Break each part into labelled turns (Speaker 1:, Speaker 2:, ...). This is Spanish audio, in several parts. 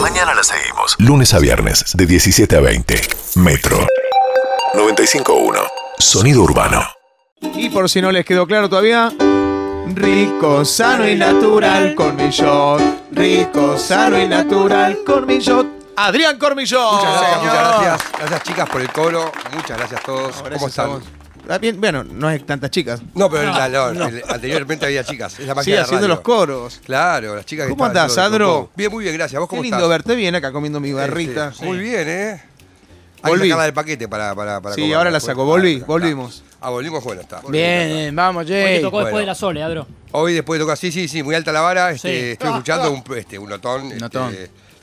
Speaker 1: Mañana la seguimos. Lunes a viernes, de 17 a 20. Metro. 95.1. Sonido urbano.
Speaker 2: Y por si no les quedó claro todavía. Rico, sano y natural, Cormillot. Rico, sano y natural, Cormillot. Adrián Cormillot.
Speaker 3: Muchas gracias,
Speaker 2: Oh, Señor.
Speaker 3: muchas gracias. Gracias, chicas, por el colo. Muchas gracias a todos.
Speaker 2: Gracias
Speaker 3: ¿Cómo
Speaker 2: a
Speaker 3: están?
Speaker 2: vos. Está Ah, bien, Bueno, no hay tantas chicas.
Speaker 3: No, pero la- la- el- anteriormente había chicas. Es la magia
Speaker 2: Sí,
Speaker 3: de la
Speaker 2: haciendo
Speaker 3: radio.
Speaker 2: los coros.
Speaker 3: Claro, las chicas que
Speaker 2: ¿Cómo
Speaker 3: estaban
Speaker 2: andás,
Speaker 3: haciendo
Speaker 2: Sandro?
Speaker 3: los coros. Bien, muy bien, gracias. ¿Vos
Speaker 2: Qué
Speaker 3: cómo
Speaker 2: lindo
Speaker 3: estás?
Speaker 2: verte bien acá comiendo mi barrita.
Speaker 3: Este, Muy bien, ¿eh? Hay
Speaker 2: Volví.
Speaker 3: que sacarla del paquete para, para, para
Speaker 2: Sí,
Speaker 3: comer.
Speaker 2: ahora la saco. Volví, volvimos.
Speaker 3: Ah, volvimos, bueno, está.
Speaker 4: Bien, bien, vamos,
Speaker 5: Hoy te
Speaker 4: Jay.
Speaker 5: tocó después
Speaker 3: bueno.
Speaker 5: de la Sole, Adro.
Speaker 3: Hoy después de tocar, sí, sí, sí, muy alta la vara. Este,
Speaker 5: Sí.
Speaker 3: Estoy escuchando un, este, un notón. este,
Speaker 4: Notón.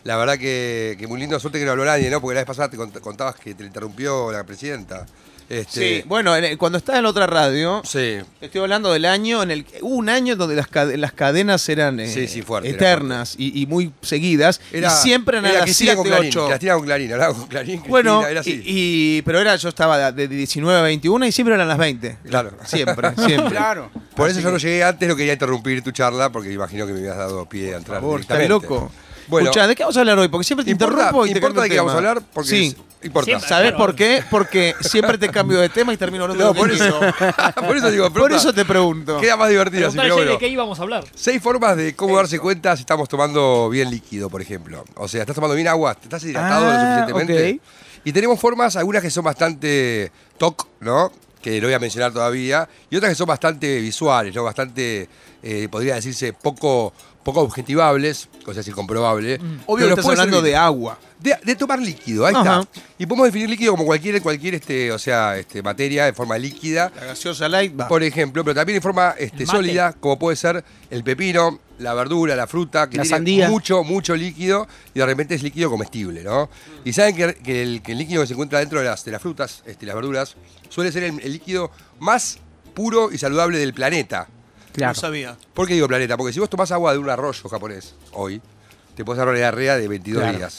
Speaker 3: la verdad que, que muy lindo, suerte que no habló nadie, ¿no? Porque la vez pasada te cont- contabas que te interrumpió la presidenta. Este,
Speaker 2: Sí, bueno, en- cuando estás en otra radio,
Speaker 3: Sí.
Speaker 2: te estoy hablando del año en el que hubo un año donde las, cade- las cadenas eran eh,
Speaker 3: Sí, sí, fuerte, era
Speaker 2: eternas y, y muy seguidas y siempre eran a
Speaker 3: era
Speaker 2: las
Speaker 3: Cristina
Speaker 2: 7,
Speaker 3: con Clarín,
Speaker 2: 8.
Speaker 3: Cristina con Clarín, hablaba con Clarín, Cristina,
Speaker 2: Bueno,
Speaker 3: era así.
Speaker 2: y, y- pero era yo estaba de 19 a 21 y siempre eran las 20.
Speaker 3: Claro.
Speaker 2: Siempre, siempre.
Speaker 4: Claro.
Speaker 3: Por eso yo no llegué antes, no quería interrumpir tu charla, porque imagino que me habías dado pie a
Speaker 2: Por
Speaker 3: entrar
Speaker 2: favor, estás
Speaker 3: directamente.
Speaker 2: loco.
Speaker 3: Bueno,
Speaker 2: Escuchá, ¿de qué vamos a hablar hoy? Porque siempre te
Speaker 3: importa,
Speaker 2: interrumpo y te
Speaker 3: importa
Speaker 2: cambio
Speaker 3: de
Speaker 2: el
Speaker 3: qué vamos a
Speaker 2: tema.
Speaker 3: hablar, porque
Speaker 2: sí.
Speaker 3: es- importa.
Speaker 5: Siempre.
Speaker 2: ¿Sabés
Speaker 5: Claro.
Speaker 2: por qué? Porque siempre te cambio de tema y termino hablando
Speaker 3: No,
Speaker 2: de lo
Speaker 3: por
Speaker 2: que
Speaker 3: eso,
Speaker 2: quiero.
Speaker 3: por eso digo,
Speaker 2: Por
Speaker 3: pregunta,
Speaker 2: eso te pregunto.
Speaker 3: Queda más divertido así,
Speaker 5: Preguntale
Speaker 3: pero
Speaker 5: de
Speaker 3: bueno.
Speaker 5: qué íbamos a hablar.
Speaker 3: Seis formas de cómo darse cuenta si estamos tomando bien líquido, por ejemplo. O sea, estás tomando bien agua, ¿Te estás hidratado lo
Speaker 4: Ah,
Speaker 3: suficientemente. Y tenemos formas, algunas que son bastante toc, ¿no? Que no voy a mencionar todavía. Y otras que son bastante visuales, ¿no? Bastante, eh, podría decirse, poco, poco objetivables, o sea, es incomprobable.
Speaker 2: Mm. Obvio que
Speaker 3: Pero nos
Speaker 2: estás
Speaker 3: puede
Speaker 2: hablando
Speaker 3: servir.
Speaker 2: de agua.
Speaker 3: De, de tomar líquido, ahí
Speaker 2: Ajá.
Speaker 3: está. Y podemos definir líquido como cualquier, cualquier este, o sea, este, materia de forma líquida.
Speaker 2: La gaseosa light va.
Speaker 3: Por ejemplo, pero también en forma este,
Speaker 5: El mate.
Speaker 3: sólida, como puede ser el pepino, la verdura, la fruta, que
Speaker 4: La
Speaker 3: tiene
Speaker 4: sandía.
Speaker 3: mucho, mucho líquido y de repente es líquido comestible, ¿no? Y saben que, que el, que el líquido que se encuentra dentro de las, de las frutas, este, las verduras, suele ser el, el líquido más puro y saludable del planeta.
Speaker 2: no
Speaker 4: Claro.
Speaker 2: sabía.
Speaker 3: ¿Por qué digo planeta? Porque si vos tomás agua de un arroyo japonés hoy, te podés agarrar una diarrea de 22
Speaker 4: Claro.
Speaker 3: días.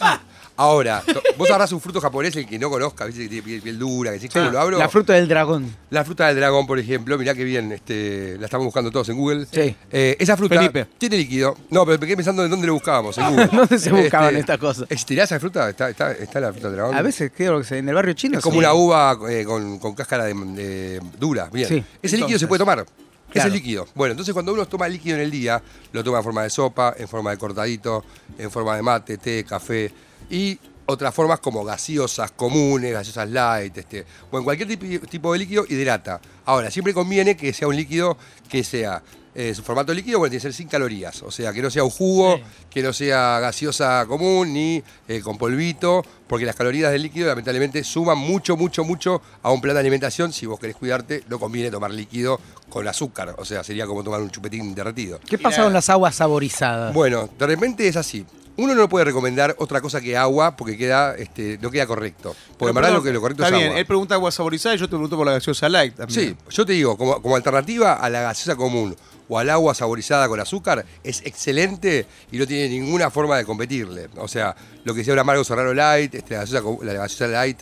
Speaker 3: Ahora, to- vos agarrás un fruto japonés, el que no conozca, ¿viste? que tiene piel, piel dura, que decís, ¿cómo lo abro?
Speaker 4: La fruta del dragón.
Speaker 3: La fruta del dragón, por ejemplo, mirá que bien, este, la estamos buscando todos en Google.
Speaker 4: Sí.
Speaker 3: Eh, esa fruta
Speaker 2: Felipe.
Speaker 3: tiene líquido. No, pero me quedé pensando en dónde lo buscábamos, en Google. Este,
Speaker 4: ¿Dónde se buscaban estas cosas?
Speaker 3: ¿Existirá esa fruta? ¿Está, está, está la fruta del dragón?
Speaker 4: A veces creo que se- en el barrio chino.
Speaker 3: Es como
Speaker 4: sí.
Speaker 3: una uva eh, con, con cáscara de, de- dura. Bien.
Speaker 4: Sí.
Speaker 3: Ese líquido se puede tomar. Ese
Speaker 4: Claro.
Speaker 3: líquido. Bueno, entonces cuando uno toma líquido en el día, lo toma en forma de sopa, en forma de cortadito, en forma de mate, té, café y otras formas como gaseosas comunes, gaseosas light, este, bueno, cualquier tipi- tipo de líquido hidrata. Ahora, siempre conviene que sea un líquido que sea eh, su formato líquido, bueno, tiene que ser sin calorías, o sea, que no sea un jugo,
Speaker 5: Sí.
Speaker 3: que no sea gaseosa común ni eh, con polvito, porque las calorías del líquido lamentablemente suman mucho, mucho, mucho a un plan de alimentación. Si vos querés cuidarte, no conviene tomar líquido con azúcar, o sea, sería como tomar un chupetín derretido.
Speaker 4: ¿Qué pasa con las aguas
Speaker 2: Ah.
Speaker 4: saborizadas?
Speaker 3: Bueno, de repente es así. Uno no puede recomendar otra cosa que agua porque queda, este, no queda correcto. Porque
Speaker 2: Pero,
Speaker 3: en verdad lo
Speaker 2: perdón,
Speaker 3: que lo correcto
Speaker 2: Está
Speaker 3: es
Speaker 2: bien, eh,
Speaker 3: agua.
Speaker 2: él pregunta agua saborizada y yo te pregunto por la gaseosa light
Speaker 3: Sí,
Speaker 2: también.
Speaker 3: yo te digo, como, como alternativa a la gaseosa común o al agua saborizada con azúcar, es excelente y no tiene ninguna forma de competirle. O sea, lo que sea un amargo serrano light, este, la, gaseosa, co- la gaseosa light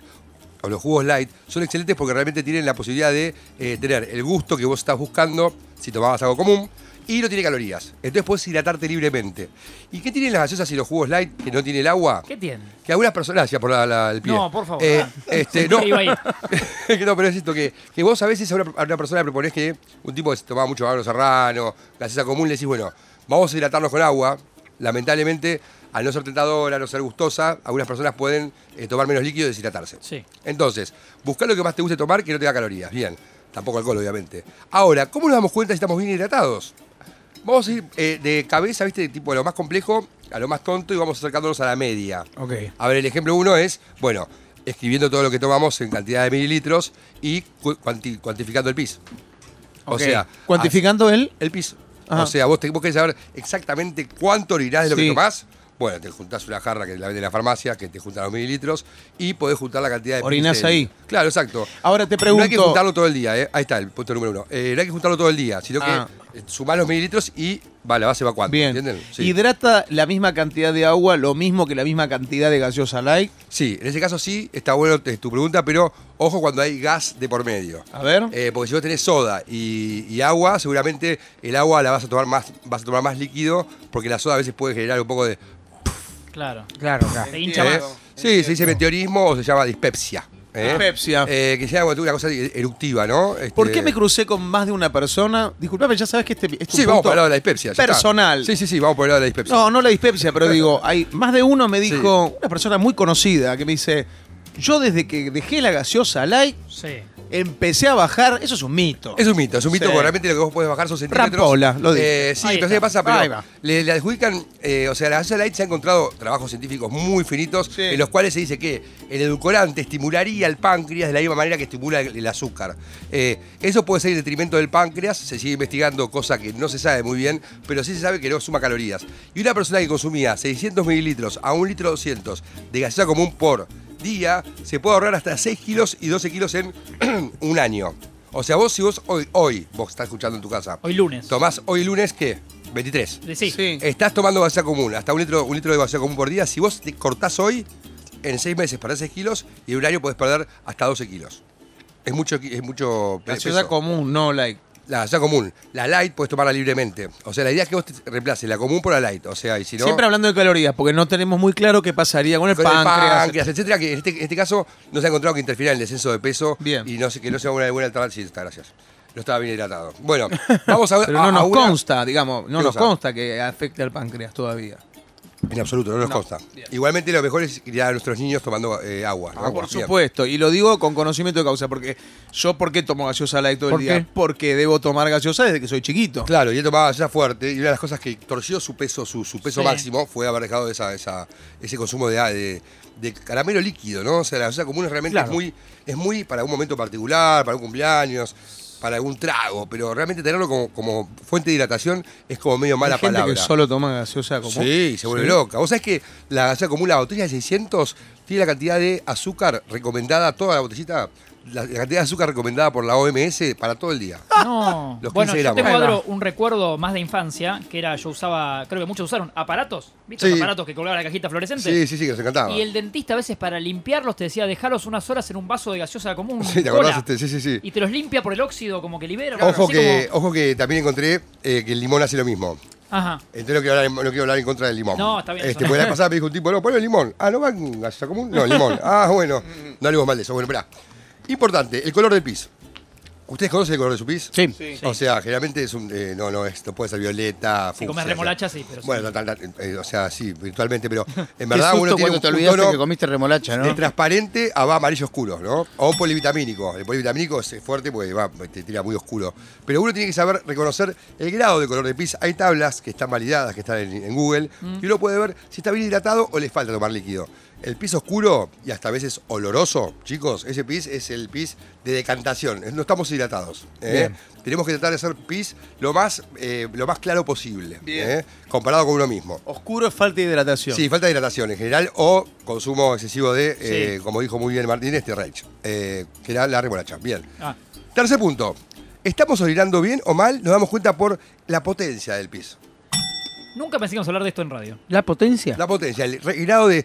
Speaker 3: o los jugos light, son excelentes porque realmente tienen la posibilidad de eh, tener el gusto que vos estás buscando si tomabas algo común. Y no tiene calorías. Entonces puedes hidratarte libremente. ¿Y qué tienen las gaseosas y los jugos light que no tiene el agua?
Speaker 5: ¿Qué tienen?
Speaker 3: Que algunas personas. Gracias por la- la- el pie.
Speaker 5: No, por favor.
Speaker 3: Eh, este, no.
Speaker 5: Sí, iba ahí.
Speaker 3: Que no, pero es esto que, que vos a veces a una, a una persona le proponés que un tipo que se tomaba mucho agua serrano, gaseosa común, le decís, bueno, vamos a hidratarnos con agua. Lamentablemente, al no ser tentadora, al no ser gustosa, algunas personas pueden eh, tomar menos líquido y deshidratarse.
Speaker 5: Sí.
Speaker 3: Entonces, buscá lo que más te guste tomar que no tenga calorías. Bien. Tampoco alcohol, obviamente. Ahora, ¿cómo nos damos cuenta si estamos bien hidratados? Vamos a ir eh, de cabeza, ¿viste? De tipo de lo más complejo a lo más tonto y vamos acercándonos a la media.
Speaker 4: Ok.
Speaker 3: A ver, el ejemplo uno es, bueno, escribiendo todo lo que tomamos en cantidad de mililitros y cu- cuanti- cuantificando el pis. O
Speaker 4: Ok.
Speaker 3: sea, ah,
Speaker 2: Cuantificando él,
Speaker 3: haz- el pis.
Speaker 2: Ajá.
Speaker 3: O sea, vos, te, vos querés saber exactamente cuánto orinás de lo
Speaker 2: Sí.
Speaker 3: que tomás. Bueno, te juntás una jarra que la vende en la farmacia, que te junta los mililitros, y podés juntar la cantidad de pis
Speaker 2: Orinás
Speaker 3: del-
Speaker 2: ahí.
Speaker 3: Claro, exacto.
Speaker 2: Ahora te
Speaker 3: No hay que
Speaker 2: pregunto-
Speaker 3: juntarlo todo el día, ¿eh? Ahí está el punto número uno. Eh, no hay que juntarlo todo el día, sino
Speaker 2: Ah.
Speaker 3: que eh, sumás los mililitros y va, la vas evacuando.
Speaker 2: bien.
Speaker 3: ¿Entienden? Sí.
Speaker 2: Hidrata la misma cantidad de agua, lo mismo que la misma cantidad de gaseosa light.
Speaker 3: Sí, en ese caso sí, está bueno te- tu pregunta, pero ojo cuando hay gas de por medio.
Speaker 2: A ver.
Speaker 3: Eh, porque si vos tenés soda y, y agua, seguramente el agua la vas a tomar más, vas a tomar más líquido, porque la soda a veces puede generar un poco de
Speaker 5: Claro.
Speaker 4: Claro, claro.
Speaker 5: Se hincha
Speaker 3: ¿Eh?
Speaker 5: más.
Speaker 3: Sí, se dice meteorismo o se llama dispepsia. ¿eh?
Speaker 2: Dispepsia.
Speaker 3: Eh, que sea una cosa eructiva, ¿no? Este-
Speaker 2: ¿Por qué me crucé con más de una persona? Disculpame, ya sabes que este, este es
Speaker 3: Sí,
Speaker 2: un
Speaker 3: vamos
Speaker 2: punto
Speaker 3: por el lado de la dispepsia. ya está.
Speaker 2: Personal.
Speaker 3: Sí, sí, sí, vamos por el lado de la dispepsia.
Speaker 2: No, no la dispepsia, pero digo, hay más de uno me dijo, una persona muy conocida que me dice, yo desde que dejé la gaseosa light
Speaker 5: Sí.
Speaker 2: empecé a bajar, eso es un mito.
Speaker 3: Es un mito, es un mito
Speaker 2: Sí.
Speaker 3: porque realmente lo que vos podés bajar son centímetros.
Speaker 2: Rampola, lo dije.
Speaker 3: eh, Sí,
Speaker 5: Ahí
Speaker 3: entonces qué
Speaker 5: está.
Speaker 3: pasa,
Speaker 2: Ahí
Speaker 3: pero
Speaker 2: va.
Speaker 3: le, le adjudican, eh, o sea, la gaseosa light se ha encontrado trabajos científicos muy finitos
Speaker 2: Sí.
Speaker 3: en los cuales se dice que el edulcorante estimularía el páncreas de la misma manera que estimula el, el azúcar. Eh, eso puede ser en detrimento del páncreas, se sigue investigando, cosa que no se sabe muy bien, pero sí se sabe que no suma calorías. Y una persona que consumía 600 mililitros a 1 litro 200 de gaseosa común por día, se puede ahorrar hasta 6 kilos y 12 kilos en un año. O sea, vos si vos hoy, hoy, vos estás escuchando en tu casa,
Speaker 5: Hoy lunes.
Speaker 3: tomás hoy lunes, ¿qué? 23.
Speaker 5: Sí.
Speaker 2: Sí.
Speaker 3: Estás tomando gaseosa común, hasta un litro, un litro de gaseosa común por día. Si vos te cortás hoy, en seis meses perdés 6 kilos y en un año podés perder hasta 12 kilos. Es mucho, qui- es mucho pe-
Speaker 2: gaseosa
Speaker 3: peso.
Speaker 2: común, no like.
Speaker 3: La gaseosa común. La light podés tomarla libremente. O sea, la idea es que vos te reemplaces la común por la light. O sea, y si no...
Speaker 2: Siempre hablando de calorías, porque no tenemos muy claro qué pasaría con el
Speaker 3: con el
Speaker 2: páncreas.
Speaker 3: páncreas, etcétera, que en este, en este caso no se ha encontrado que interfiera en el descenso de peso
Speaker 2: Bien.
Speaker 3: y no sé, que no sea una buena alternativa. Sí, está, gracias. No estaba bien hidratado. Bueno, vamos a
Speaker 2: Pero
Speaker 3: a-
Speaker 2: no
Speaker 3: a
Speaker 2: nos
Speaker 3: una-
Speaker 2: consta, digamos, no
Speaker 3: ¿Qué
Speaker 2: nos
Speaker 3: cosa?
Speaker 2: consta que afecte al páncreas todavía.
Speaker 3: En absoluto, no nos consta. Igualmente lo mejor es criar a nuestros niños tomando eh, agua. ¿no?
Speaker 2: Ah, por
Speaker 3: Bien.
Speaker 2: supuesto, y lo digo con conocimiento de causa, porque yo por qué tomo gaseosa light todo el
Speaker 4: ¿Por
Speaker 2: día,
Speaker 4: qué?
Speaker 2: porque debo tomar gaseosa desde que soy chiquito.
Speaker 3: Claro, y él tomaba gaseosa fuerte y una de las cosas que torció su peso, su, su peso
Speaker 5: Sí.
Speaker 3: máximo fue haber dejado esa, esa- ese consumo de, de, de caramelo líquido, ¿no? O sea, la gaseosa común es realmente
Speaker 4: Claro.
Speaker 3: es, muy, es muy para un momento particular, para un cumpleaños, para algún trago, pero realmente tenerlo como, como fuente de hidratación es como medio mala
Speaker 2: Hay gente
Speaker 3: palabra.
Speaker 2: que solo toma gaseosa común.
Speaker 3: Sí, se vuelve loca. Vos sabés que la gaseosa común, la botella de 600, tiene la cantidad de azúcar recomendada, toda la botellita, la, la cantidad de azúcar recomendada por la OMS para todo el día.
Speaker 5: Ah, No.
Speaker 3: Los
Speaker 5: bueno,
Speaker 3: 15
Speaker 5: yo te
Speaker 3: gramos.
Speaker 5: cuadro un recuerdo más de infancia, que era, yo usaba, creo que muchos usaron aparatos, ¿viste?
Speaker 3: Sí.
Speaker 5: Los aparatos que colgaban la cajita fluorescente.
Speaker 3: Sí, sí, sí, que nos encantaba.
Speaker 5: Y el dentista a veces para limpiarlos te decía, dejalos unas horas en un vaso de gaseosa común.
Speaker 3: Sí, ¿te
Speaker 5: cola".
Speaker 3: acordás? Este? Sí, sí, sí.
Speaker 5: Y te los limpia por el óxido, como que libera.
Speaker 3: Ojo
Speaker 5: así
Speaker 3: que,
Speaker 5: como-
Speaker 3: ojo que también encontré eh, que el limón hace lo mismo.
Speaker 5: Ajá.
Speaker 3: Entonces no quiero hablar en, no quiero hablar en contra del limón.
Speaker 5: No, está bien,
Speaker 3: Este,
Speaker 5: eso no.
Speaker 3: porque la vez pasada me dijo un tipo, no, ponle limón. Ah, ¿no va en gaseosa común? No, limón. Ah, bueno. No hablemos mal de eso. Bueno, esperá. Importante, el color del pis. ¿Ustedes conocen el color de su pis?
Speaker 4: Sí.
Speaker 3: O sea, generalmente es un, eh, no, no, es, no puede ser violeta.
Speaker 5: Si
Speaker 3: fucsia,
Speaker 5: comes
Speaker 3: o sea.
Speaker 5: remolacha, sí, pero sí.
Speaker 3: Bueno, tal, tal, eh, o sea, sí, virtualmente, pero en
Speaker 4: Qué
Speaker 3: verdad
Speaker 4: susto
Speaker 3: uno tiene
Speaker 4: cuando
Speaker 3: un,
Speaker 4: te
Speaker 3: un
Speaker 4: olvidaste
Speaker 3: tono
Speaker 4: que comiste remolacha,
Speaker 3: de
Speaker 4: ¿no?
Speaker 3: transparente a va amarillo oscuro, ¿no? O un polivitamínico. El polivitamínico es fuerte porque va, te tira muy oscuro. Pero uno tiene que saber reconocer el grado de color de pis. Hay tablas que están validadas, que están en, en Google, y uno puede ver si está bien hidratado o le falta tomar líquido. El pis oscuro y hasta a veces oloroso, chicos, ese pis es el pis de decantación. No estamos hidratados. ¿eh? Tenemos que tratar de hacer pis lo más, eh, lo más claro posible,
Speaker 2: Bien.
Speaker 3: ¿eh? comparado con uno mismo.
Speaker 2: Oscuro es falta de hidratación.
Speaker 3: Sí, falta de hidratación en general o consumo excesivo de, eh, como dijo muy bien Martínez, este Reich, eh, que era la remolacha. Bien.
Speaker 5: Ah,
Speaker 3: Tercer punto. ¿Estamos orinando bien o mal? Nos damos cuenta por la potencia del piso.
Speaker 5: nunca pensé que íbamos a hablar de esto en radio.
Speaker 4: ¿La potencia?
Speaker 3: La potencia, el re- grado de...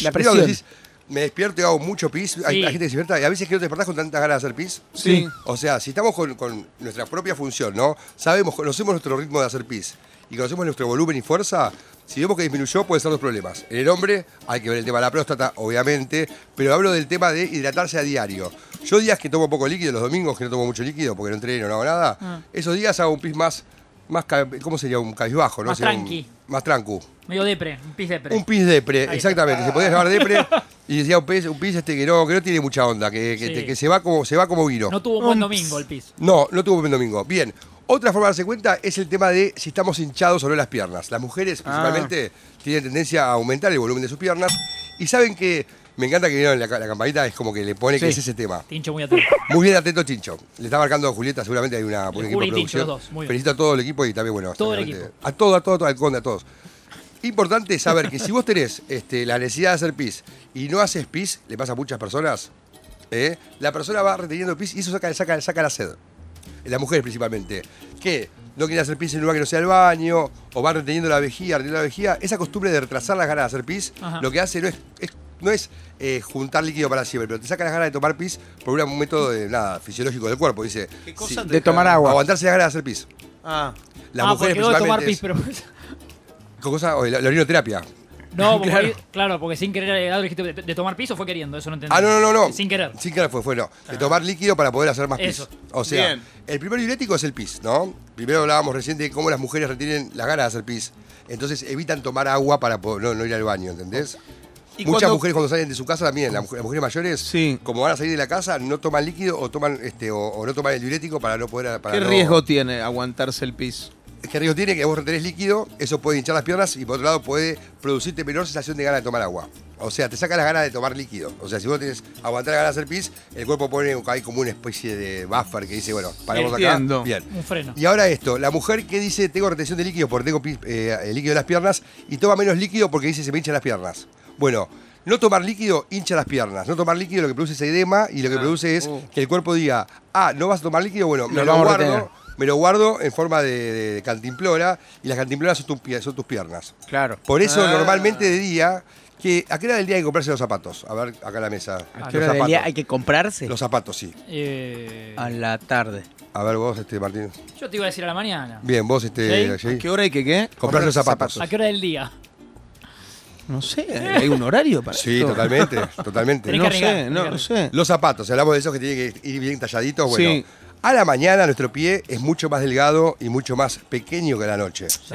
Speaker 4: La
Speaker 3: Digo,
Speaker 4: presión.
Speaker 3: decís, me despierto y hago mucho pis. Hay,
Speaker 5: Sí.
Speaker 3: hay gente que se despierta y a veces que no te despertás con tantas ganas de hacer pis.
Speaker 2: Sí.
Speaker 3: O sea, si estamos con, con nuestra propia función, ¿no? Sabemos, conocemos nuestro ritmo de hacer pis y conocemos nuestro volumen y fuerza. Si vemos que disminuyó, pueden ser dos problemas. En el hombre hay que ver el tema de la próstata, obviamente, pero hablo del tema de hidratarse a diario. Yo días que tomo poco líquido, los domingos que no tomo mucho líquido porque no entreno, no hago nada,
Speaker 5: Ah.
Speaker 3: esos días hago un pis más, más ca- ¿cómo sería? Un cabizbajo, ¿no?
Speaker 5: Más
Speaker 3: Sería un-
Speaker 5: tranqui.
Speaker 3: más trancu.
Speaker 5: Medio depre, un pis depre.
Speaker 3: Un pis depre,
Speaker 5: está.
Speaker 3: exactamente. Se podía llamar depre y decía un pis, un pis este que no, que no tiene mucha onda, que, que
Speaker 5: Sí.
Speaker 3: te- que se va como, se va como vino.
Speaker 5: No tuvo un buen domingo el pis.
Speaker 3: No, no tuvo buen domingo. Bien. Otra forma de darse cuenta es el tema de si estamos hinchados o no las piernas. Las
Speaker 5: Ah.
Speaker 3: mujeres principalmente tienen tendencia a aumentar el volumen de sus piernas y saben que, me encanta que vieron la, ca- la campanita, es como que le pone que es ese tema.
Speaker 5: Tincho muy atento.
Speaker 3: Muy bien atento Chincho. Le está marcando a Julieta, seguramente hay una
Speaker 5: Juli
Speaker 3: buen equipo de
Speaker 5: y Tincho,
Speaker 3: producción.
Speaker 5: los dos, muy bien.
Speaker 3: Felicito a todo el equipo y también, bueno,
Speaker 5: Todo el
Speaker 3: seguramente-
Speaker 5: equipo.
Speaker 3: A todo, a todo, a todo, al conde, a todos. Importante es saber que si vos tenés este, la necesidad de hacer pis y no haces pis, le pasa a muchas personas, ¿eh? la persona va reteniendo pis y eso saca, saca, saca la sed. Las mujeres principalmente. Que no quieren hacer pis en un lugar que no sea el baño, o van reteniendo la vejía, reteniendo la vejía. Esa costumbre de retrasar las ganas de hacer pis,
Speaker 5: Ajá.
Speaker 3: lo que hace no es, es- no es eh, juntar líquido para siempre, pero te saca las ganas de tomar pis por un método de nada, fisiológico del cuerpo. Dice,
Speaker 2: ¿Qué cosa
Speaker 3: sí,
Speaker 4: De tomar agua.
Speaker 3: aguantarse las ganas de hacer pis.
Speaker 2: Ah,
Speaker 3: Las
Speaker 5: ah,
Speaker 3: mujeres
Speaker 5: porque debo tomar
Speaker 3: principalmente
Speaker 5: pis, pero.
Speaker 3: es- con cosas- o la, la orinoterapia.
Speaker 5: No, porque,
Speaker 4: Claro.
Speaker 5: claro. porque sin querer el helado dijiste, de, de tomar piso fue queriendo, eso no entendí.
Speaker 3: Ah, no, no, no, no.
Speaker 5: Sin querer.
Speaker 3: Sin querer fue, fue, no. De tomar líquido para poder hacer más pis.
Speaker 5: Eso.
Speaker 3: O sea,
Speaker 2: Bien.
Speaker 3: el primer diurético es el pis, ¿no? Primero hablábamos recién de cómo las mujeres retienen las ganas de hacer pis. Entonces evitan tomar agua para po- no, no ir al baño, ¿entendés?
Speaker 2: Y
Speaker 3: Muchas
Speaker 2: cuando-
Speaker 3: mujeres cuando salen de su casa también, las mujeres, las mujeres mayores,
Speaker 2: Sí.
Speaker 3: como van a salir de la casa, no toman líquido o toman este o, o no toman el diurético para no poder... Para
Speaker 2: ¿Qué
Speaker 3: no-
Speaker 2: riesgo tiene aguantarse el pis?
Speaker 3: ¿Qué riesgo este tiene? Que vos retenés líquido, eso puede hinchar las piernas y por otro lado puede producirte menor sensación de ganas de tomar agua. O sea, te saca las ganas de tomar líquido. O sea, si vos tenés aguantar las ganas de hacer pis, el cuerpo pone ahí como una especie de buffer que dice, bueno, paramos
Speaker 2: Entiendo.
Speaker 3: acá. Bien.
Speaker 5: Un freno.
Speaker 3: Y ahora esto, la mujer que dice tengo retención de líquido porque tengo pis- eh, el líquido en las piernas y toma menos líquido porque dice se me hinchan las piernas. Bueno, no tomar líquido hincha las piernas. No tomar líquido lo que produce es edema y lo que produce es
Speaker 2: uh.
Speaker 3: que el cuerpo diga, ah, no vas a tomar líquido, bueno, me
Speaker 4: Ah, Lo
Speaker 3: lo
Speaker 4: vamos a
Speaker 3: guardo.
Speaker 4: retener.
Speaker 3: Me lo guardo en forma de, de cantimplora y las cantimploras son, tus pie- son tus piernas.
Speaker 4: Claro.
Speaker 3: Por eso
Speaker 2: Ah.
Speaker 3: normalmente de día, que, ¿a qué hora del día hay que comprarse los zapatos? A ver, acá en la mesa.
Speaker 4: ¿A
Speaker 3: Los
Speaker 4: qué hora del día
Speaker 3: zapatos.
Speaker 4: hay que comprarse?
Speaker 3: Los zapatos, sí.
Speaker 5: Eh,
Speaker 3: Ah.
Speaker 4: A la tarde.
Speaker 3: A ver vos, este Martín.
Speaker 5: yo te iba a decir a la mañana.
Speaker 3: Bien, vos, este,
Speaker 5: ¿Sí?
Speaker 3: Jay.
Speaker 2: ¿Qué hora hay que qué?
Speaker 3: Comprarse los zapatos.
Speaker 5: ¿A qué hora del día?
Speaker 2: No sé, hay un horario para
Speaker 3: Sí,
Speaker 2: esto?
Speaker 3: totalmente, totalmente.
Speaker 5: Tenés
Speaker 2: No
Speaker 5: que arriesgar,
Speaker 2: sé,
Speaker 5: tenés
Speaker 2: no,
Speaker 5: que
Speaker 2: no sé.
Speaker 3: Los zapatos, hablamos de esos que tienen que ir bien talladitos. Bueno,
Speaker 2: Sí.
Speaker 3: a la mañana nuestro pie es mucho más delgado y mucho más pequeño que a la noche.
Speaker 5: Sí.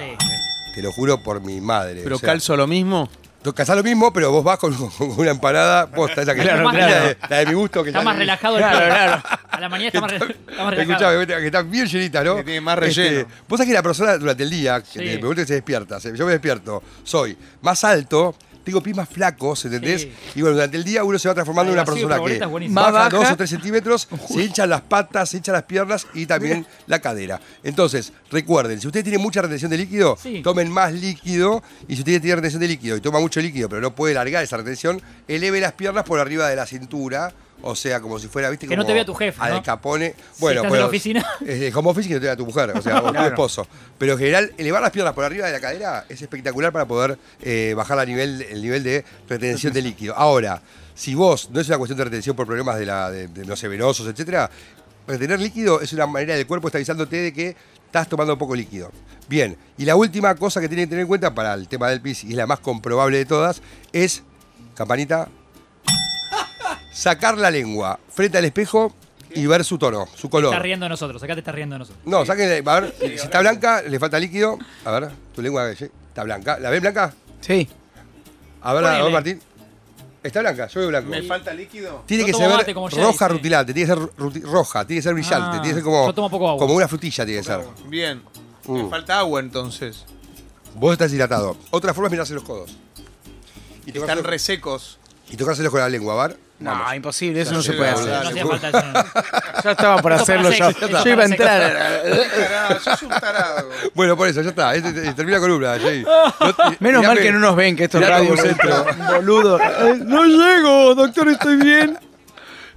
Speaker 3: Te lo juro por mi madre.
Speaker 2: Pero
Speaker 3: o sea,
Speaker 2: calzo lo mismo.
Speaker 3: tú calzás lo mismo, pero vos vas con, con una empanada. Posta, esa que
Speaker 5: Claro,
Speaker 3: la,
Speaker 5: claro.
Speaker 3: De, la de mi gusto. Que
Speaker 5: Está
Speaker 3: ya-
Speaker 5: más relajado el
Speaker 4: Claro,
Speaker 5: pie.
Speaker 4: claro.
Speaker 5: A la mañana está más, re- está más relajado.
Speaker 3: Escuchame, que están bien llenitas, ¿no? Este,
Speaker 2: Que tiene más relleno.
Speaker 3: vos sabés que la persona durante el día, que
Speaker 5: Sí.
Speaker 3: me pregunta que se despierta, se- yo me despierto, soy más alto, tengo pies más flacos, ¿entendés?
Speaker 5: Sí.
Speaker 3: Y bueno, durante el día uno se va transformando en
Speaker 5: Ahí
Speaker 3: una
Speaker 5: va, sí,
Speaker 3: persona
Speaker 5: pero
Speaker 3: que
Speaker 5: boleta es buenísimo.
Speaker 3: baja,
Speaker 4: Más baja.
Speaker 3: dos o tres centímetros, se hinchan las patas, se hinchan las piernas y también la cadera. Entonces, recuerden, si ustedes tienen mucha retención de líquido,
Speaker 5: Sí.
Speaker 3: tomen más líquido. Y si ustedes tienen retención de líquido y toma mucho líquido, pero no puede largar esa retención, eleve las piernas por arriba de la cintura. O sea, como si fuera, viste,
Speaker 5: Que no
Speaker 3: como
Speaker 5: te vea tu jefe,
Speaker 3: Al
Speaker 5: ¿no?
Speaker 3: Capone.
Speaker 5: Si
Speaker 3: Bueno,
Speaker 5: estás en
Speaker 3: pero
Speaker 5: la oficina.
Speaker 3: Es de home office que no te da tu mujer, o sea, o tu esposo. Pero en general, elevar las piernas por arriba de la cadera es espectacular para poder eh, bajar la nivel, el nivel de retención de líquido. Ahora, si vos, no es una cuestión de retención por problemas de, la, de, de, no sé, venosos, etcétera, retener líquido es una manera del cuerpo está avisándote de que estás tomando poco líquido. Bien, y la última cosa que tienen que tener en cuenta para el tema del pis, y es la más comprobable de todas, es, campanita, sacar la lengua frente al espejo y ver su tono, su color.
Speaker 5: Está riendo de nosotros, acá te está riendo de nosotros.
Speaker 3: No, saquen, a ver, si está blanca, le falta líquido. A ver, tu lengua eh, está blanca. ¿La ves blanca?
Speaker 4: Sí.
Speaker 3: A ver, a ver,
Speaker 5: Ponele.
Speaker 3: Martín. Está blanca, yo veo blanco.
Speaker 2: falta líquido?
Speaker 3: Tiene
Speaker 5: Yo
Speaker 3: que
Speaker 5: tomo
Speaker 3: ser
Speaker 5: mate, como ya
Speaker 3: roja
Speaker 5: dice.
Speaker 3: rutilante, tiene que ser ruti- roja, tiene que ser brillante,
Speaker 5: Ah,
Speaker 3: tiene que ser como,
Speaker 5: yo tomo poco agua.
Speaker 3: como una frutilla tiene que ser.
Speaker 2: Bien.
Speaker 3: Mm.
Speaker 2: Me falta agua entonces.
Speaker 3: Vos estás hidratado. Otra forma es mirarse los codos. Y
Speaker 2: Están
Speaker 3: tocárselos-
Speaker 2: resecos.
Speaker 3: y tocárselos con la lengua, ¿ver?
Speaker 4: No,
Speaker 3: Vamos.
Speaker 4: imposible, eso no
Speaker 2: Sí,
Speaker 4: se puede
Speaker 2: la
Speaker 5: No
Speaker 4: hacer.
Speaker 2: verdad.
Speaker 5: hacía falta eso. no.
Speaker 4: Yo estaba por
Speaker 5: Esto
Speaker 4: hacerlo
Speaker 5: para
Speaker 4: yo.
Speaker 5: sexo, esto
Speaker 4: Yo iba
Speaker 5: para
Speaker 4: a entrar.
Speaker 2: Tarado, sos un tarado.
Speaker 3: Bueno, por eso, ya está. Este- este- termina la columna, Jay. No te-
Speaker 4: Menos mal
Speaker 3: mirame-
Speaker 4: que no nos ven, que esto es
Speaker 3: mirame
Speaker 4: radio.
Speaker 3: un centro.
Speaker 4: Boludo.
Speaker 2: Eh,
Speaker 4: No llego, doctor, estoy bien.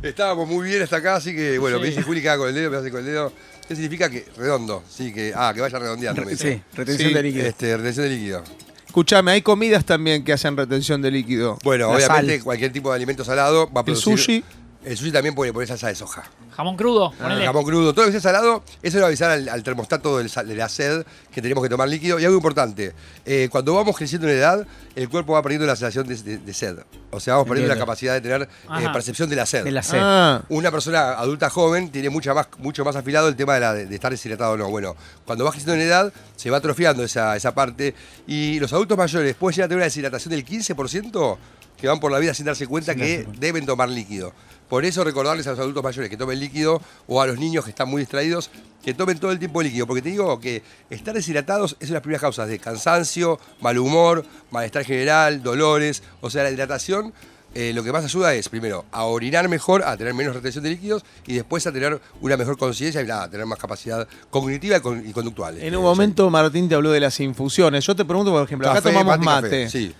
Speaker 3: Estábamos muy bien hasta acá, así que bueno,
Speaker 5: Sí.
Speaker 3: me dice Juli que haga con el dedo, me hace con el dedo. ¿Qué significa que redondo? Sí, que. Ah, que vaya redondeando. me dice.
Speaker 4: Sí, retención
Speaker 2: Sí,
Speaker 4: de líquido.
Speaker 3: Este, retención de líquido.
Speaker 2: Escuchame, hay comidas también que hacen retención de líquido.
Speaker 3: Bueno,
Speaker 4: La
Speaker 3: obviamente
Speaker 4: sal.
Speaker 3: cualquier tipo de alimento salado va a
Speaker 2: El
Speaker 3: producir.
Speaker 2: sushi.
Speaker 3: El sushi también puede poner salsa de soja.
Speaker 5: Jamón crudo,
Speaker 3: El
Speaker 5: ponele.
Speaker 3: Ah, jamón crudo, todo lo que sea salado, eso lo avisar al, al termostato del sa- de la sed que tenemos que tomar líquido. Y algo importante, eh, cuando vamos creciendo en edad, el cuerpo va perdiendo la sensación de, de- de sed. O sea, vamos perdiendo la
Speaker 4: Entiendo.
Speaker 3: capacidad de tener eh,
Speaker 5: Ajá.
Speaker 3: percepción de la sed.
Speaker 4: De la sed.
Speaker 2: Ah,
Speaker 3: Una persona adulta joven tiene mucha más, mucho más afilado el tema de, la- de estar deshidratado o no. Bueno, cuando vas creciendo en edad, se va atrofiando esa, esa parte. Y los adultos mayores pueden llegar a tener una deshidratación del 15% que van por la vida sin darse cuenta que deben tomar líquido. Por eso recordarles a los adultos mayores que tomen líquido o a los niños que están muy distraídos que tomen todo el tiempo líquido. Porque te digo que estar deshidratados es una de las primeras causas de cansancio, mal humor, malestar general, dolores. O sea, la hidratación eh, lo que más ayuda es, primero, a orinar mejor, a tener menos retención de líquidos y después a tener una mejor conciencia y nada, a tener más capacidad cognitiva y, con- y conductual.
Speaker 2: en un momento Martín te habló de las infusiones. Yo te pregunto, por ejemplo, acá tomamos mate.
Speaker 3: Sí.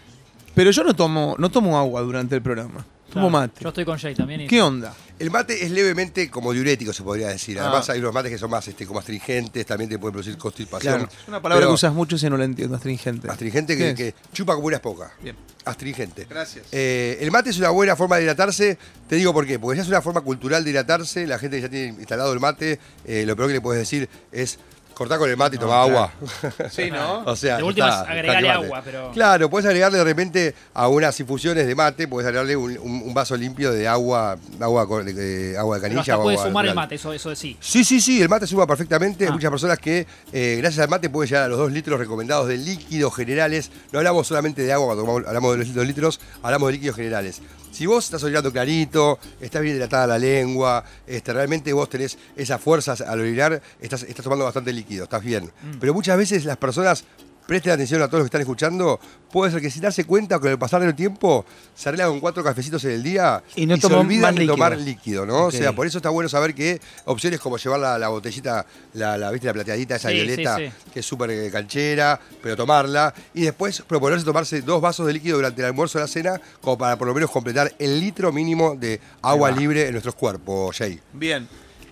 Speaker 2: Pero yo no tomo, no tomo agua durante el programa. Tomo
Speaker 5: Claro,
Speaker 2: mate.
Speaker 5: Yo estoy con Jay también. y-
Speaker 2: ¿Qué onda?
Speaker 3: El mate es levemente como diurético, se podría decir. Además,
Speaker 2: Ah.
Speaker 3: hay unos mates que son más este, como astringentes, también te pueden producir constipación.
Speaker 2: Claro. Es una palabra
Speaker 3: Pero
Speaker 2: que usas mucho si no la entiendo, astringente.
Speaker 3: Astringente
Speaker 2: ¿Qué
Speaker 3: que,
Speaker 2: es?
Speaker 3: que chupa como unas pocas.
Speaker 2: Bien.
Speaker 3: Astringente.
Speaker 2: Gracias.
Speaker 3: Eh, el mate es una buena forma de hidratarse. Te digo por qué. Porque ya es una forma cultural de hidratarse. La gente que ya tiene instalado el mate, eh, lo peor que le puedes decir es cortá con el mate y tomá agua.
Speaker 2: Sí, ¿no?
Speaker 3: O sea,
Speaker 5: De
Speaker 3: ya
Speaker 5: última
Speaker 3: está,
Speaker 5: es agregarle
Speaker 3: activate.
Speaker 5: agua, pero-
Speaker 3: Claro, puedes agregarle de repente a unas infusiones de mate, puedes agregarle un, un- un vaso limpio de agua, agua, con- eh, agua de
Speaker 5: Pero
Speaker 3: canilla.
Speaker 5: hasta
Speaker 3: o
Speaker 5: puede
Speaker 3: agua
Speaker 5: sumar el
Speaker 3: natural.
Speaker 5: mate, eso, eso sí.
Speaker 3: Sí, sí, sí, el mate suma perfectamente. Hay
Speaker 5: Ah.
Speaker 3: muchas personas que eh, gracias al mate pueden llegar a los dos litros recomendados de líquidos generales. No hablamos solamente de agua cuando tomamos- hablamos de los dos litros, hablamos de líquidos generales. Si vos estás orinando clarito, estás bien hidratada la lengua, este, realmente vos tenés esas fuerzas al orinar, estás, estás tomando bastante líquido, estás bien. Pero muchas veces las personas, presten atención a todos los que están escuchando, puede ser que sin darse cuenta con el pasar del tiempo, se arreglan con cuatro cafecitos en el día
Speaker 6: Y no
Speaker 3: se
Speaker 6: tomó más
Speaker 3: olvidan de tomar
Speaker 6: líquido.
Speaker 3: líquido, ¿no?
Speaker 6: Ok.
Speaker 3: O sea, por eso está bueno saber que opciones como llevar la, la botellita, la, la, ¿viste? la plateadita, esa
Speaker 5: Sí,
Speaker 3: violeta,
Speaker 5: sí,
Speaker 3: que es súper eh, canchera, pero tomarla. Y después proponerse tomarse dos vasos de líquido durante el almuerzo o la cena, como para por lo menos completar el litro mínimo de agua libre en nuestros cuerpos, Jay.
Speaker 2: Bien.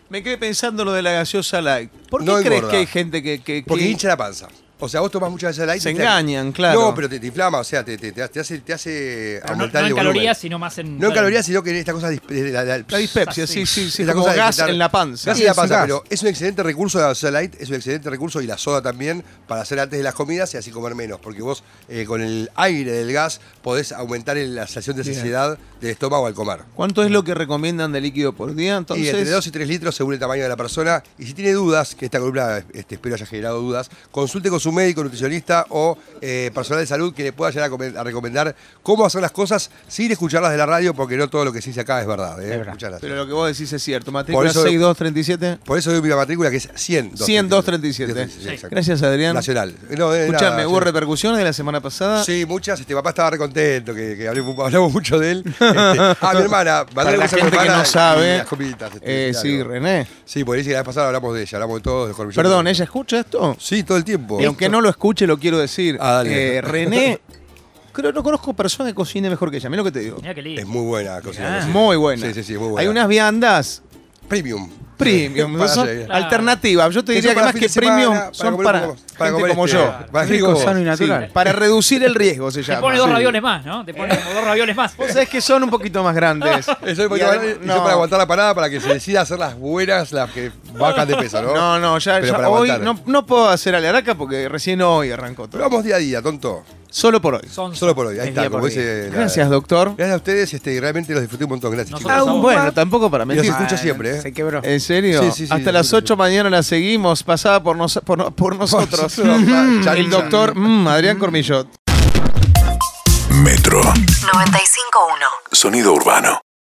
Speaker 2: Me quedé pensando lo de la gaseosa light. ¿Por qué
Speaker 3: No
Speaker 2: crees
Speaker 3: engorda.
Speaker 2: que hay gente que. que-
Speaker 3: Porque
Speaker 2: que-
Speaker 3: hincha la panza. O sea, vos tomás muchas veces la
Speaker 2: Se engañan, claro.
Speaker 3: No, pero te, te inflama, o sea, te, te- te hace, te hace
Speaker 5: Pero no,
Speaker 3: aumentar
Speaker 5: no
Speaker 3: el
Speaker 5: en
Speaker 3: volumen.
Speaker 5: calorías, sino más en.
Speaker 3: No en calorías, sino que en estas cosas... dis- de la- la-
Speaker 2: La dispepsia, sí, sí, sí.
Speaker 3: Es la
Speaker 2: como
Speaker 3: cosa de
Speaker 2: gas
Speaker 3: quitar-
Speaker 2: en la panza.
Speaker 3: Gas
Speaker 2: Sí,
Speaker 3: en la
Speaker 2: es un
Speaker 3: panza,
Speaker 2: gas.
Speaker 3: pero es un excelente recurso la gaseosa light, es un excelente recurso y la soda también para hacer antes de las comidas y así comer menos, porque vos eh, con el aire del gas podés aumentar el- la sensación de saciedad del estómago al comer.
Speaker 2: ¿Cuánto es lo que recomiendan de líquido por día? Entonces,
Speaker 3: Y entre 2 y 3 litros según el tamaño de la persona. Y si tiene dudas, que esta columna este, espero haya generado dudas, consulte con su médico, nutricionista o eh, personal de salud que le pueda llegar a, comen- a recomendar cómo hacer las cosas sin escucharlas de la radio, porque no todo lo que se dice acá es verdad. ¿eh? Muchas gracias.
Speaker 2: pero lo que vos decís es cierto. Matrícula
Speaker 3: eso-
Speaker 2: 6237.
Speaker 3: Por eso doy mi matrícula que es 100.
Speaker 2: 100, 237.
Speaker 3: exacto.
Speaker 2: Gracias, Adrián.
Speaker 3: Nacional. Eh, No, de nada,
Speaker 2: Escuchame, hubo
Speaker 3: sí.
Speaker 2: repercusiones de la semana pasada.
Speaker 3: Sí, muchas. Este papá estaba re contento, que, que hablé- hablamos mucho de él. Este, ah, mi
Speaker 2: Para
Speaker 3: hermana. mandale
Speaker 2: la
Speaker 3: besos a mi
Speaker 2: gente que
Speaker 3: hermana
Speaker 2: no
Speaker 3: y- y
Speaker 2: sabe.
Speaker 3: las comiditas, este,
Speaker 2: eh,
Speaker 3: claro.
Speaker 2: sí, René.
Speaker 3: Sí, porque dice que la vez pasada hablamos de ella, hablamos de todos, de Corbillón.
Speaker 2: Perdón, ¿ella escucha esto?
Speaker 3: Sí, todo el tiempo.
Speaker 2: Y aunque no lo escuche, lo quiero decir.
Speaker 3: Ah, dale.
Speaker 2: Eh, René, creo no conozco persona que cocine mejor que ella. Mira lo que te digo.
Speaker 5: Mirá qué lindo.
Speaker 3: Es muy buena cocina.
Speaker 2: Es
Speaker 3: sí.
Speaker 2: muy buena.
Speaker 3: Sí, sí, sí, muy buena.
Speaker 2: Hay unas viandas
Speaker 3: Premium.
Speaker 2: premium,
Speaker 3: Para
Speaker 2: son
Speaker 3: llegar.
Speaker 2: alternativas. Yo te
Speaker 3: Que
Speaker 2: diría que
Speaker 3: son para
Speaker 2: más
Speaker 3: fin
Speaker 2: que
Speaker 3: de semana,
Speaker 2: premium
Speaker 3: para
Speaker 2: son
Speaker 3: comer
Speaker 2: para
Speaker 3: como-
Speaker 2: gente
Speaker 3: para comer
Speaker 2: como
Speaker 3: este,
Speaker 2: yo.
Speaker 3: claro.
Speaker 2: Para
Speaker 3: Rico,
Speaker 2: gente como-
Speaker 6: sano y
Speaker 2: sí,
Speaker 6: natural.
Speaker 2: para reducir el riesgo se llama.
Speaker 5: Te pone dos
Speaker 2: Sí. Eh.
Speaker 5: ravioles más, ¿no? Te pone como dos ravioles más.
Speaker 2: Vos sabés que son un poquito más grandes.
Speaker 3: Eso es
Speaker 2: Y
Speaker 3: porque-
Speaker 2: adem-
Speaker 3: eso para aguantar la parada, para que se decida hacer las buenas, las que bajan de peso, ¿no?
Speaker 2: No, no, ya,
Speaker 3: Pero
Speaker 2: ya
Speaker 3: para
Speaker 2: hoy
Speaker 3: aguantar.
Speaker 2: no, no puedo hacer alaraca porque recién hoy arrancó
Speaker 3: Pero
Speaker 2: todo.
Speaker 3: vamos día a día, tonto.
Speaker 2: Solo por hoy.
Speaker 5: Son
Speaker 3: Solo por hoy. Ahí
Speaker 2: Es
Speaker 3: está,
Speaker 2: día
Speaker 3: como
Speaker 2: por
Speaker 3: dice.
Speaker 2: día.
Speaker 3: la-
Speaker 2: Gracias, doctor.
Speaker 3: Gracias a ustedes, este, y realmente los disfruté un montón. Gracias, chicos.
Speaker 5: Nosotros
Speaker 2: Ah,
Speaker 5: somos-
Speaker 2: bueno, tampoco para
Speaker 3: Y los
Speaker 2: mentir.
Speaker 3: escucho
Speaker 6: Ah,
Speaker 3: siempre, ¿eh?
Speaker 6: Se quebró.
Speaker 2: ¿En serio?
Speaker 3: Sí, sí, sí,
Speaker 2: Hasta
Speaker 3: sí,
Speaker 2: las
Speaker 3: sí.
Speaker 2: 8 mañana la seguimos, pasada por, nos- por, no- por nosotros.
Speaker 3: nosotros,
Speaker 2: Mm, el
Speaker 3: chancha.
Speaker 2: doctor mm, Adrián Cormillot.
Speaker 1: Metro.
Speaker 7: 951.
Speaker 1: Sonido urbano.